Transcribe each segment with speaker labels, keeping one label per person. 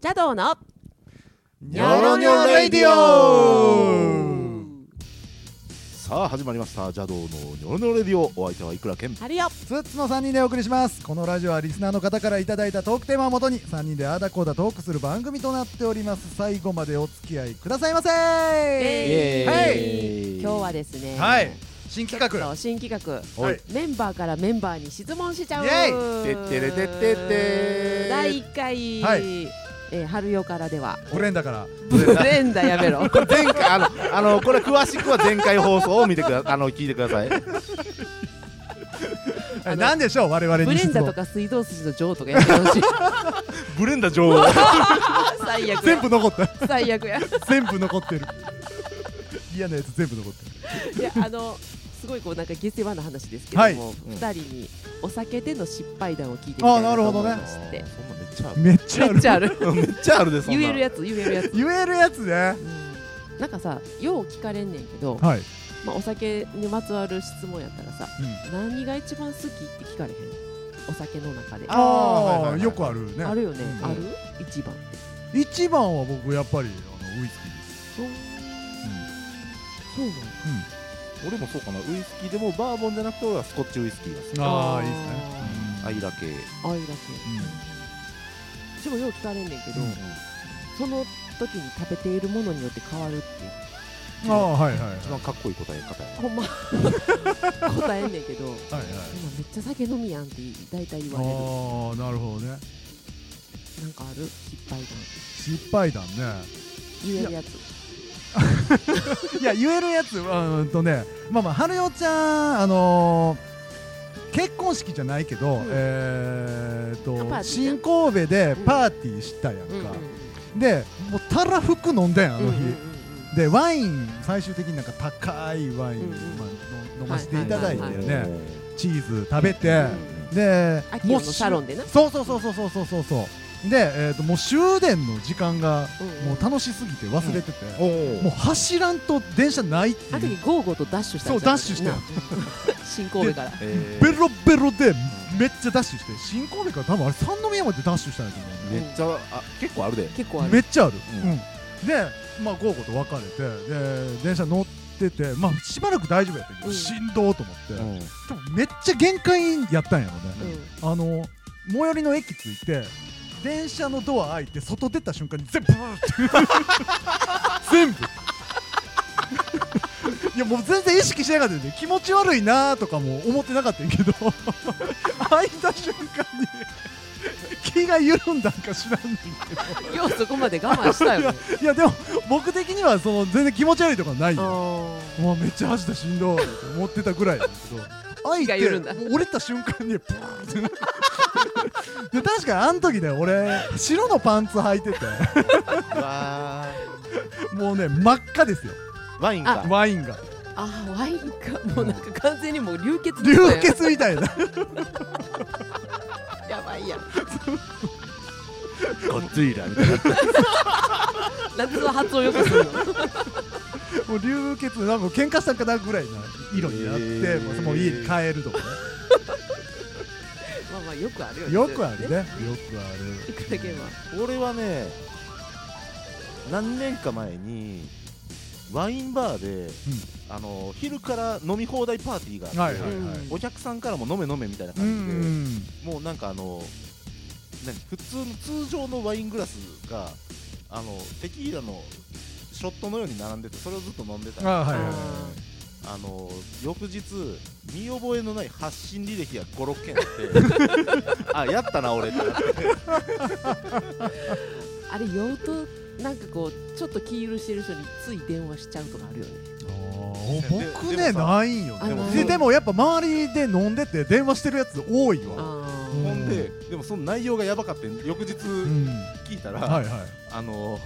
Speaker 1: 茶道の
Speaker 2: ニョロニョロレディオさあ始まりました邪道のニョロニョロレディオお相手はいくらけん
Speaker 1: あるよ
Speaker 3: ツッツの3人でお送りしますこのラジオはリスナーの方からいただいたトークテーマをもとに3人であーだこうだトークする番組となっております最後までお付き合いくださいませ
Speaker 1: え
Speaker 3: ー
Speaker 1: 今日はですね
Speaker 4: はい新企
Speaker 1: ちょっ
Speaker 4: 画
Speaker 1: と新企画
Speaker 4: おい
Speaker 1: メンバーからメンバーに質問しちゃう
Speaker 4: イ
Speaker 2: エイてってれてってって
Speaker 1: 第1回、
Speaker 3: は
Speaker 1: えー春よからでは
Speaker 3: ブレンダから
Speaker 1: ブレンダやめろ
Speaker 2: 前回あのあのこれ詳しくは前回放送を見てくだあの聞いてください
Speaker 3: えなんでしょう我々
Speaker 1: ブ
Speaker 3: に
Speaker 1: レン
Speaker 3: 質
Speaker 1: ダ
Speaker 3: 問
Speaker 1: とか水道筋の女王とかやってほしい
Speaker 2: ブレンダ女王
Speaker 1: 最悪
Speaker 3: 全
Speaker 1: や
Speaker 3: 部残った
Speaker 1: 最悪や
Speaker 3: 全部残ってる嫌なやつ全部残ってる
Speaker 1: いやあのすごいこうなんか下世話な話ですけど
Speaker 3: はい
Speaker 1: も、
Speaker 2: ん
Speaker 1: 二人にお酒での失敗談を聞いてみたいなと思いま
Speaker 2: そんな
Speaker 1: し
Speaker 2: め
Speaker 1: て
Speaker 2: っちゃあ
Speaker 3: めっちゃあ
Speaker 1: めっ
Speaker 3: る
Speaker 1: ちゃある
Speaker 2: るめっちゃあるでそんな
Speaker 1: 言えるやつ言えるやつ、
Speaker 3: 言えるやつね
Speaker 1: うんなんかさよう聞かれんねんけど、
Speaker 3: はい、
Speaker 1: まあ、お酒にまつわる質問やったらさ何が一番好きって聞かれへんお酒の中であ
Speaker 2: あーはいはい
Speaker 3: あ
Speaker 2: は
Speaker 3: あ
Speaker 2: い
Speaker 3: よくあるね
Speaker 1: るよね、
Speaker 2: うん
Speaker 1: ある一番って
Speaker 3: 一番は僕やっぱりあのウイスキーです
Speaker 1: そうそうなの
Speaker 2: 俺もそうかなウイスキーでもバーボンじゃなくて俺はスコッチウイスキーが好き
Speaker 3: あ
Speaker 1: あ
Speaker 3: あ
Speaker 1: ー
Speaker 3: いいですね
Speaker 2: アイラ系
Speaker 1: あいらけでもよう聞かれんねんけど、その時に食べているものによって変わるっていう
Speaker 3: うんああはいはいはい
Speaker 2: 一番かっこいい答え方や
Speaker 1: ほんま答えんねんけど
Speaker 3: はいはい
Speaker 1: 今めっちゃ酒飲みやんって大体言われる
Speaker 3: ああなるほどね
Speaker 1: なんかある失敗談
Speaker 3: 失敗談ね
Speaker 1: 言えるやつ
Speaker 3: いや言えるやつはうんとねまあまあ春代ちゃんあのー結婚式じゃないけど、
Speaker 1: ん
Speaker 3: えーっ
Speaker 1: あパーティー
Speaker 3: と
Speaker 1: な
Speaker 3: 新神戸でパーティーしたやん
Speaker 1: うんうんうん
Speaker 3: か、でもうたらふく飲んだやんあの日、
Speaker 1: うんうんうん
Speaker 3: でワイン最終的になんか高いワイ
Speaker 1: うん
Speaker 3: ン、
Speaker 1: うん
Speaker 3: まあ、の飲ませていただいてね、
Speaker 1: は
Speaker 3: チーズ食べて、
Speaker 1: うん
Speaker 3: で
Speaker 1: 秋の
Speaker 3: もうし
Speaker 1: サロンでな
Speaker 3: そうそうそうそうそうそうそうそうで、えーっともう終電の時間が
Speaker 1: うんうん
Speaker 3: もう楽しすぎて忘れてて、
Speaker 2: おお
Speaker 3: もう走らんと電車ないって
Speaker 1: あの
Speaker 3: いう
Speaker 1: 時ゴーゴーとダッシュしたんちゃ
Speaker 3: そうダッシュしたよ
Speaker 1: な新神戸から
Speaker 3: ベロベロでめっちゃダッシュして新神戸から多分あれ三宮までダッシュしたんやと思う
Speaker 2: めっちゃあ結構あるで
Speaker 1: 結構あ
Speaker 3: め
Speaker 1: る
Speaker 3: っちゃある、
Speaker 2: うん
Speaker 3: うんでまあゴーゴーと別れてで電車乗っててまあしばらく大丈夫やったけど、
Speaker 1: うん
Speaker 3: しんどーと思って、
Speaker 2: うん
Speaker 3: でもめっちゃ限界やったんやろ
Speaker 1: う
Speaker 3: ね、
Speaker 1: ん
Speaker 3: あの最寄りの駅着いて電車のドア開いて外出た瞬間に全部ブーって 全部いやもう全然意識してなかったんで気持ち悪いなーとかも思ってなかったんやけど開いた瞬間に気が緩んだんか知らんねんけど
Speaker 1: ようそこまで我慢した よね
Speaker 3: いやでも僕的にはその全然気持ち悪いとかないよ
Speaker 1: あ
Speaker 3: うわめっちゃ走ったしんどいと思ってたぐらいなんですけど 開い
Speaker 1: が
Speaker 3: て
Speaker 1: 緩んだ
Speaker 3: もう折れた瞬間にブーンってな で確かにあの時ね俺白のパンツ履いてて
Speaker 2: わ
Speaker 3: もうね真っ赤ですよ
Speaker 2: ーワインか
Speaker 3: ワインが
Speaker 1: ーあーワインかもうなんか完全にもう流血
Speaker 3: 流
Speaker 1: だよ
Speaker 3: 血みた いな
Speaker 1: やばいやん
Speaker 2: ゴッツイラみたいな
Speaker 1: なんでその発音よくするの
Speaker 3: もう流血なんか喧嘩したんかなぐらいな色になって、
Speaker 2: へー
Speaker 3: もう家に帰るとか
Speaker 1: まあまあよくあるよ
Speaker 3: ね
Speaker 1: ね
Speaker 3: よくあるねよく
Speaker 1: いくだけは
Speaker 2: 俺はね何年か前にワインバーで、あの昼から飲み放題パーティーがあって、
Speaker 3: あるはいはいはい
Speaker 1: うん
Speaker 2: お客さんからも飲め飲めみたいな
Speaker 3: うん
Speaker 2: 感じで、
Speaker 3: うん
Speaker 2: もうなんかあの何普通の通常のワイングラスがあのテキーラのショットのように並んでてそれをずっと飲んでた
Speaker 3: あ
Speaker 2: らあ
Speaker 3: はいはいはい
Speaker 2: の翌日見覚えのない発信履歴が56件 あってあやったな俺ってなって
Speaker 1: あれ酔うとなんかこうちょっと気許してる人につい電話しちゃうとかあるよね
Speaker 3: あー僕ね
Speaker 2: ででもさ
Speaker 3: ないんよね
Speaker 1: あ
Speaker 3: で
Speaker 1: の
Speaker 3: も
Speaker 1: ー
Speaker 3: ででもやっぱ周りで飲んでて電話してるやつ多いわ
Speaker 1: あ
Speaker 3: う
Speaker 2: ほ
Speaker 1: ー
Speaker 2: んで、でもその内容がやばかったんで翌日
Speaker 3: うん
Speaker 2: 聞いたら、
Speaker 3: はいは
Speaker 2: あのー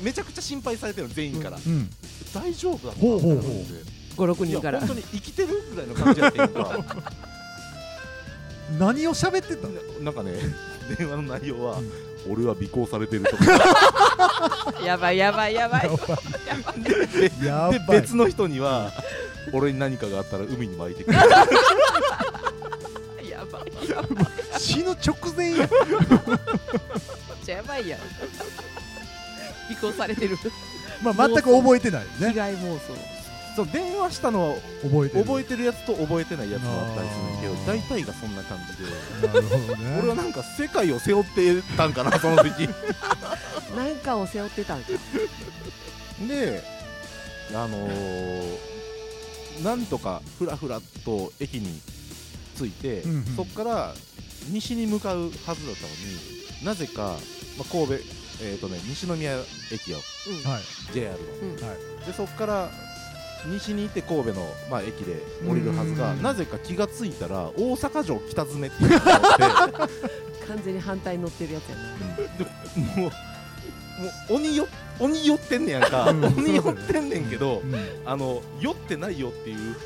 Speaker 2: めちゃくちゃ心配されてるの全員から、
Speaker 3: いうん
Speaker 2: 大丈夫だった
Speaker 3: ほうほうほう
Speaker 1: 56
Speaker 2: いや
Speaker 1: 人から
Speaker 2: 本当に生きてるぐらいの感じやってんか
Speaker 3: 何を喋ってたの
Speaker 2: なん かね電話の内容は、
Speaker 3: うん
Speaker 2: 俺は尾行されてるとか
Speaker 1: やばいやばい やばい
Speaker 2: で
Speaker 3: や
Speaker 2: で
Speaker 3: ばい
Speaker 2: 別の人には俺に何かがあったら海に巻いてくる
Speaker 1: やばいやばい
Speaker 3: 死ぬ直前や
Speaker 1: ちゃやばいやん尾行されてる
Speaker 3: まあ全く覚えてない
Speaker 1: 被
Speaker 3: ね
Speaker 1: 害妄想
Speaker 2: その電話したのは
Speaker 3: 覚えてる
Speaker 2: 覚えてるやつと覚えてないやつもあったりするんだけど
Speaker 3: あー
Speaker 2: 大体がそんな感じで
Speaker 3: なるほどね
Speaker 2: 俺はなんか世界を背負ってたんかなその時
Speaker 1: なんかを背負ってたんか
Speaker 2: であのーなんとかふらふらっと駅に着いて、
Speaker 3: うんうん
Speaker 2: そこから西に向かうはずだったのになぜか、まあ、神戸えーとね、西宮駅よ
Speaker 1: うん、
Speaker 3: はい
Speaker 2: JR の、
Speaker 1: うん
Speaker 3: はい
Speaker 2: でそこから西に行って神戸の、まあ、駅で降りるはず
Speaker 3: う
Speaker 2: が
Speaker 3: ん
Speaker 2: なぜか気がついたら大阪城北詰めっていうのがあって
Speaker 1: 完全に反対乗ってるやつや な
Speaker 2: でもうもう鬼よ鬼寄ってんねやんか、
Speaker 3: うん
Speaker 2: 鬼寄ってんねんけど、
Speaker 3: うん
Speaker 2: あの酔ってないよっていう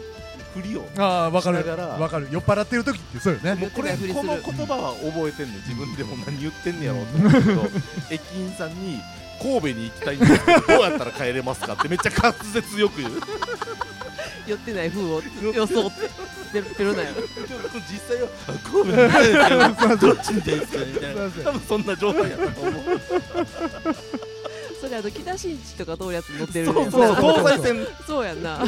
Speaker 2: ふりをも
Speaker 3: ああ分か
Speaker 2: しな
Speaker 3: る
Speaker 2: がら
Speaker 3: 分かる酔っ払ってる時ってそうよね
Speaker 2: うこれ
Speaker 1: 酔ってないふりす
Speaker 2: こ
Speaker 1: る
Speaker 2: の言葉は覚えてんねん自分でも何言ってんねやろって思うけど駅員さんに神戸に行きたいんですけどどうやったら帰れますかってめっちゃ滑舌よく言う
Speaker 1: 寄ってない風を装ってペロペロだよ
Speaker 2: でも実際はあ神戸に行きたいんですけど どっちに行きたいんですかねみたいな多分そんな状態やったと思う
Speaker 1: それあの北新地とか通るやつ乗ってるやつ
Speaker 2: そ
Speaker 1: な
Speaker 2: うそう東西線
Speaker 1: そうやんな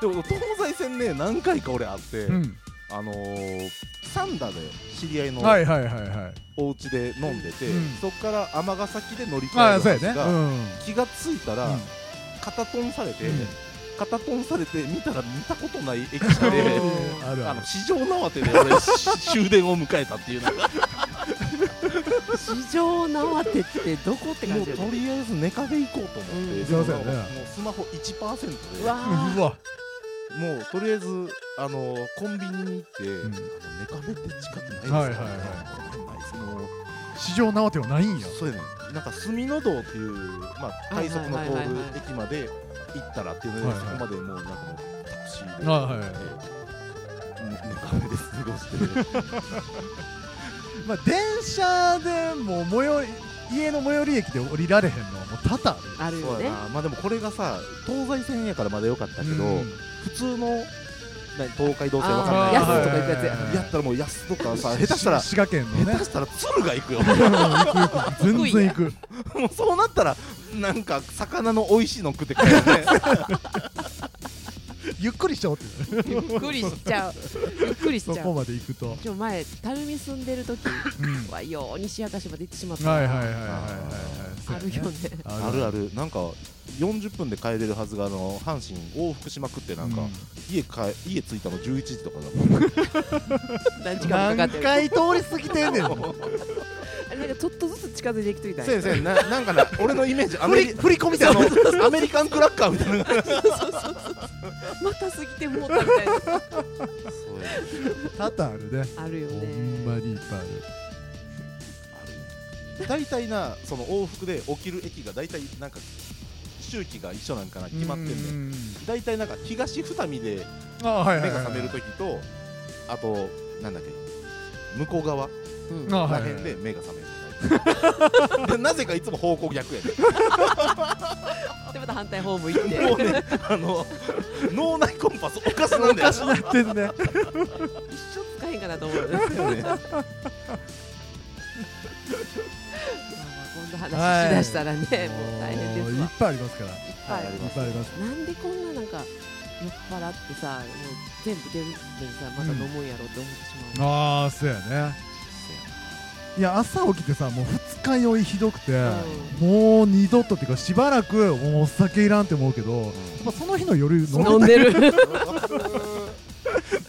Speaker 2: でも東西線ね何回か俺あって、
Speaker 3: うん
Speaker 2: あのー、サンダで知り合いの
Speaker 3: はいはいはいはい
Speaker 2: お家で飲んでて、
Speaker 3: うん
Speaker 2: そこから尼崎で乗り
Speaker 3: あ
Speaker 2: 換え
Speaker 3: あそう
Speaker 2: る
Speaker 3: やね
Speaker 2: んですが、
Speaker 3: うん
Speaker 2: 気がついたら、肩トンされて、
Speaker 3: うん
Speaker 2: 肩トンされて見たら見たことない駅舎
Speaker 1: え
Speaker 2: で
Speaker 1: ー。
Speaker 3: あるあ
Speaker 2: あ
Speaker 3: る
Speaker 2: の市場慌てで俺し終電を迎えたっていうのが
Speaker 1: 市場縄手ってどこって
Speaker 2: も
Speaker 1: 感
Speaker 2: う
Speaker 1: じ
Speaker 2: と
Speaker 1: よね
Speaker 2: りあえず寝かで行こうと思って、
Speaker 1: うん
Speaker 2: そ
Speaker 3: そ
Speaker 2: の
Speaker 3: うだよね
Speaker 2: もうスマホ1%で
Speaker 1: うわ
Speaker 3: うわ
Speaker 2: もうとりあえずあのコンビニに行って、
Speaker 3: ん
Speaker 2: ネカフェって近くないですか、
Speaker 3: はいはいはい
Speaker 2: ないですもう
Speaker 3: 市場縄手はないんや
Speaker 2: そうやねなんか住の堂っていう、まあ、
Speaker 1: はいは
Speaker 2: 快
Speaker 1: い
Speaker 2: 速の
Speaker 1: はいはい
Speaker 2: 通る駅まで行ったらっていうので、
Speaker 3: はいはい
Speaker 2: そこまでもうなんかもうタクシーで、
Speaker 3: あはいはい
Speaker 2: ねネカフェで過ごしてる
Speaker 3: まあ電車でもう最寄り家の最寄り駅で降りられへんのはもう多々
Speaker 1: あ
Speaker 3: ある
Speaker 1: るよ
Speaker 2: そう
Speaker 1: ね
Speaker 2: やなまあでもこれがさ東西線やからまだ良かったけど、
Speaker 3: うん
Speaker 2: 普通の何東海道線わかん
Speaker 1: あー
Speaker 2: ない
Speaker 1: 安とか行くやつや
Speaker 3: はい
Speaker 2: やったらもう安とかさ下手したら
Speaker 3: し滋賀県の
Speaker 2: 下
Speaker 3: ね
Speaker 2: 手したら鶴が行くよ
Speaker 3: うん行く行く全然行く
Speaker 2: もうそうなったらなんか魚の美味しいの食って帰るね
Speaker 3: ゆっくりしちゃおうってなる
Speaker 1: ゆっくりしちゃうゆっくりし
Speaker 3: そ
Speaker 1: ちゃ
Speaker 3: こ
Speaker 1: う
Speaker 3: まで行くと
Speaker 1: 今日前垂水住んでる時
Speaker 3: うん
Speaker 1: はよう西明石まで行ってしまった
Speaker 3: はいはいはいはいはい
Speaker 1: あるよね
Speaker 3: はい
Speaker 2: あるあるなんか40分で帰れるはずがあの阪神往復しまくってなんか、
Speaker 3: う
Speaker 2: 家か家着いたの11時とかだった
Speaker 1: 何時間もか
Speaker 3: 何
Speaker 1: かってる
Speaker 3: 回通り過ぎてんねん
Speaker 1: あれなんかちょっとずつ近づいていくといたい
Speaker 2: 先 生ななんかな俺のイ メージア
Speaker 3: 振
Speaker 2: メ
Speaker 3: り
Speaker 2: リ
Speaker 3: 振り込みたいな
Speaker 2: のアメリカンクラッカーみたいな
Speaker 1: また過ぎてもうたみたいな
Speaker 2: そう
Speaker 3: 多
Speaker 2: や
Speaker 3: 々あるね
Speaker 1: あるよ
Speaker 3: ほ
Speaker 1: ね
Speaker 3: んまにいっぱいある
Speaker 2: ある大体なその往復で起きる駅が大体なんか周期が一緒なんかな決まってんね
Speaker 3: うんん
Speaker 2: 大体なんか東二見で
Speaker 3: あはいは
Speaker 2: 目
Speaker 3: い
Speaker 2: が
Speaker 3: はい
Speaker 2: 覚める時とあとなんだっけ向こう側
Speaker 1: うん
Speaker 3: あは
Speaker 2: ら
Speaker 3: いはいは
Speaker 2: へん
Speaker 3: い
Speaker 2: で目が覚めるでなぜかいつも方向逆やね
Speaker 1: でまた反対ホーム行って
Speaker 2: もうね、あの脳内コンパスおかしな
Speaker 3: お
Speaker 2: んだよ
Speaker 3: か。しなってんね
Speaker 1: 一生使えへんかなと 思うまあまあこんな話しだしたらね、もう大変です
Speaker 3: い
Speaker 1: わ
Speaker 3: っぱいありますからい
Speaker 1: いっぱいある
Speaker 3: っぱいあります
Speaker 1: なんでこんななんか酔っ払ってさもう全部出るのにさまた飲むんやろって思ってしまう、
Speaker 3: ああそうやねいや朝起きてさもう二日酔いひどくて、もう二度とっていうかしばらくもうお酒いらんって思うけど、やっぱその日の夜飲んで
Speaker 1: 飲んでる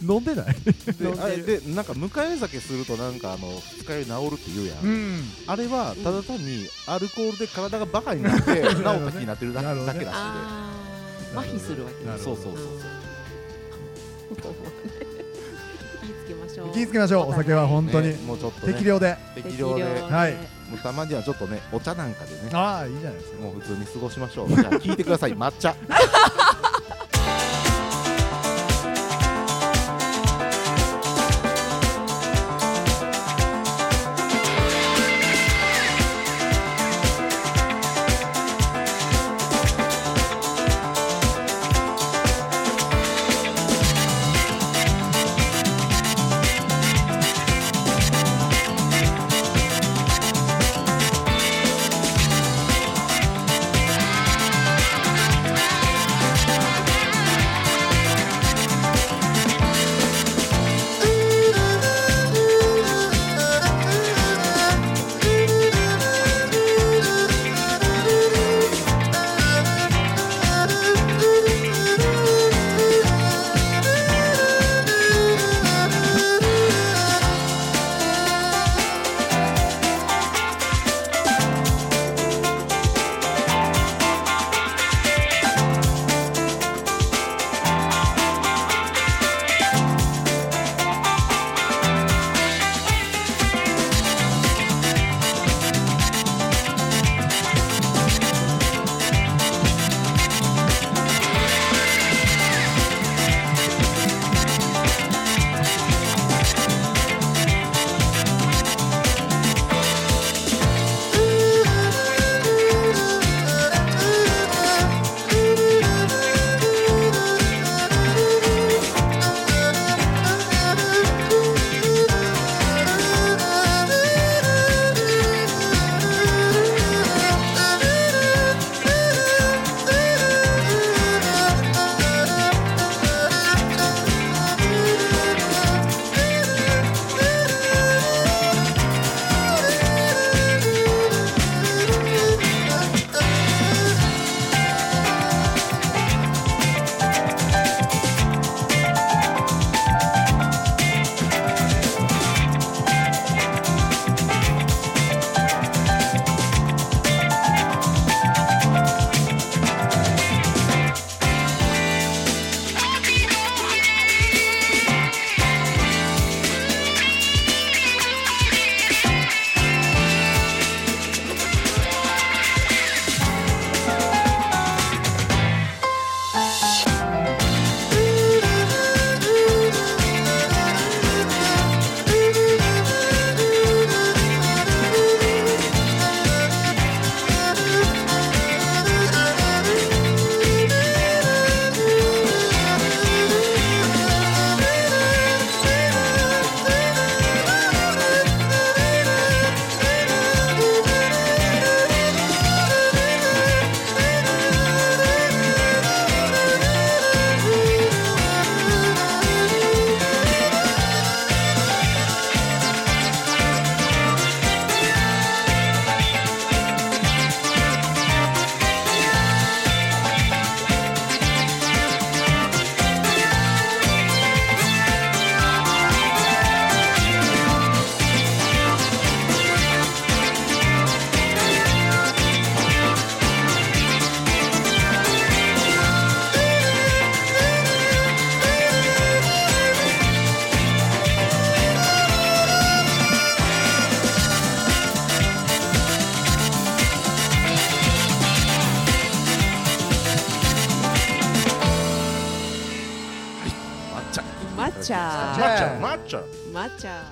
Speaker 3: 飲んでない
Speaker 1: 飲ん
Speaker 2: であれ
Speaker 1: でる
Speaker 2: でなんか迎え酒するとなんかあの二日酔い治るって言うやん、
Speaker 3: ん
Speaker 2: あれはただ単にアルコールで体がバカになって治った気になってるだ
Speaker 3: なるほどね
Speaker 2: だけらし
Speaker 1: ああ麻痺するわけ
Speaker 3: な
Speaker 1: ね
Speaker 3: る
Speaker 2: そ
Speaker 3: ほ
Speaker 2: う
Speaker 3: ど
Speaker 2: そうそう
Speaker 1: あー気ぃつけましょう
Speaker 3: 気ぃつけましょうお酒は本
Speaker 2: いで
Speaker 3: 当に、
Speaker 2: ねもうちょっと、ね、
Speaker 3: 適量で
Speaker 2: 適量でも
Speaker 3: はい
Speaker 2: うんたまにはちょっとねお茶なんかでね
Speaker 3: ああいいじゃないですか
Speaker 2: もう普通に過ごしましょうじゃあ聞いてください抹茶
Speaker 4: 「
Speaker 2: じゃ
Speaker 3: 抹茶
Speaker 2: ないですか抹茶抹茶
Speaker 1: 抹茶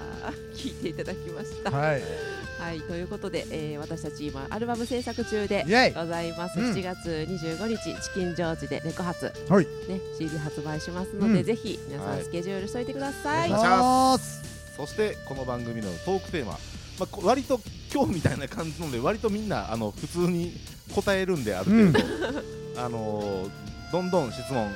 Speaker 1: 聞いていただきました。は
Speaker 3: はい
Speaker 1: い、ということで、えー私たち今アルバム制作中で
Speaker 3: イェイ
Speaker 1: ございます。
Speaker 3: うん
Speaker 1: 7月25日チキンジョージで猫発、
Speaker 3: はい
Speaker 1: ね CD 発売しますので、
Speaker 3: うん
Speaker 1: ぜひ皆さ
Speaker 2: は
Speaker 1: ん
Speaker 2: い
Speaker 1: スケジュールしといてください。
Speaker 2: は
Speaker 1: はいい、
Speaker 3: あー
Speaker 2: そしてこの番組のトークテーマ、まあ、こ割と今日みたいな感じなので割とみんなあの普通に答えるんである程度、 あのーどんどん質問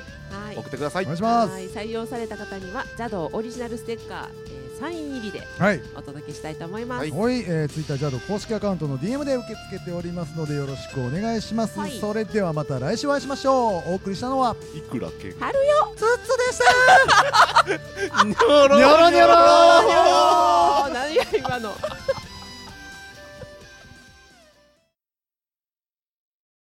Speaker 2: 送ってくださ
Speaker 3: お
Speaker 2: い、
Speaker 3: 願いしま
Speaker 1: は
Speaker 3: す
Speaker 1: い採用された方にはジャドーオリジナルステッカー、えーサイン入りで
Speaker 3: はい
Speaker 1: お届けしたいと思います。
Speaker 2: はい、
Speaker 3: はい、えー、ツイッタージャド公式アカウントの DM で受け付けておりますのでよろしくお願いします、
Speaker 1: はい
Speaker 3: それではまた来週お会いしましょうお送りしたのはい
Speaker 2: くらけ
Speaker 1: は
Speaker 3: ツッツでした
Speaker 2: ニョロ
Speaker 3: ニョロニョロ
Speaker 2: ニョロ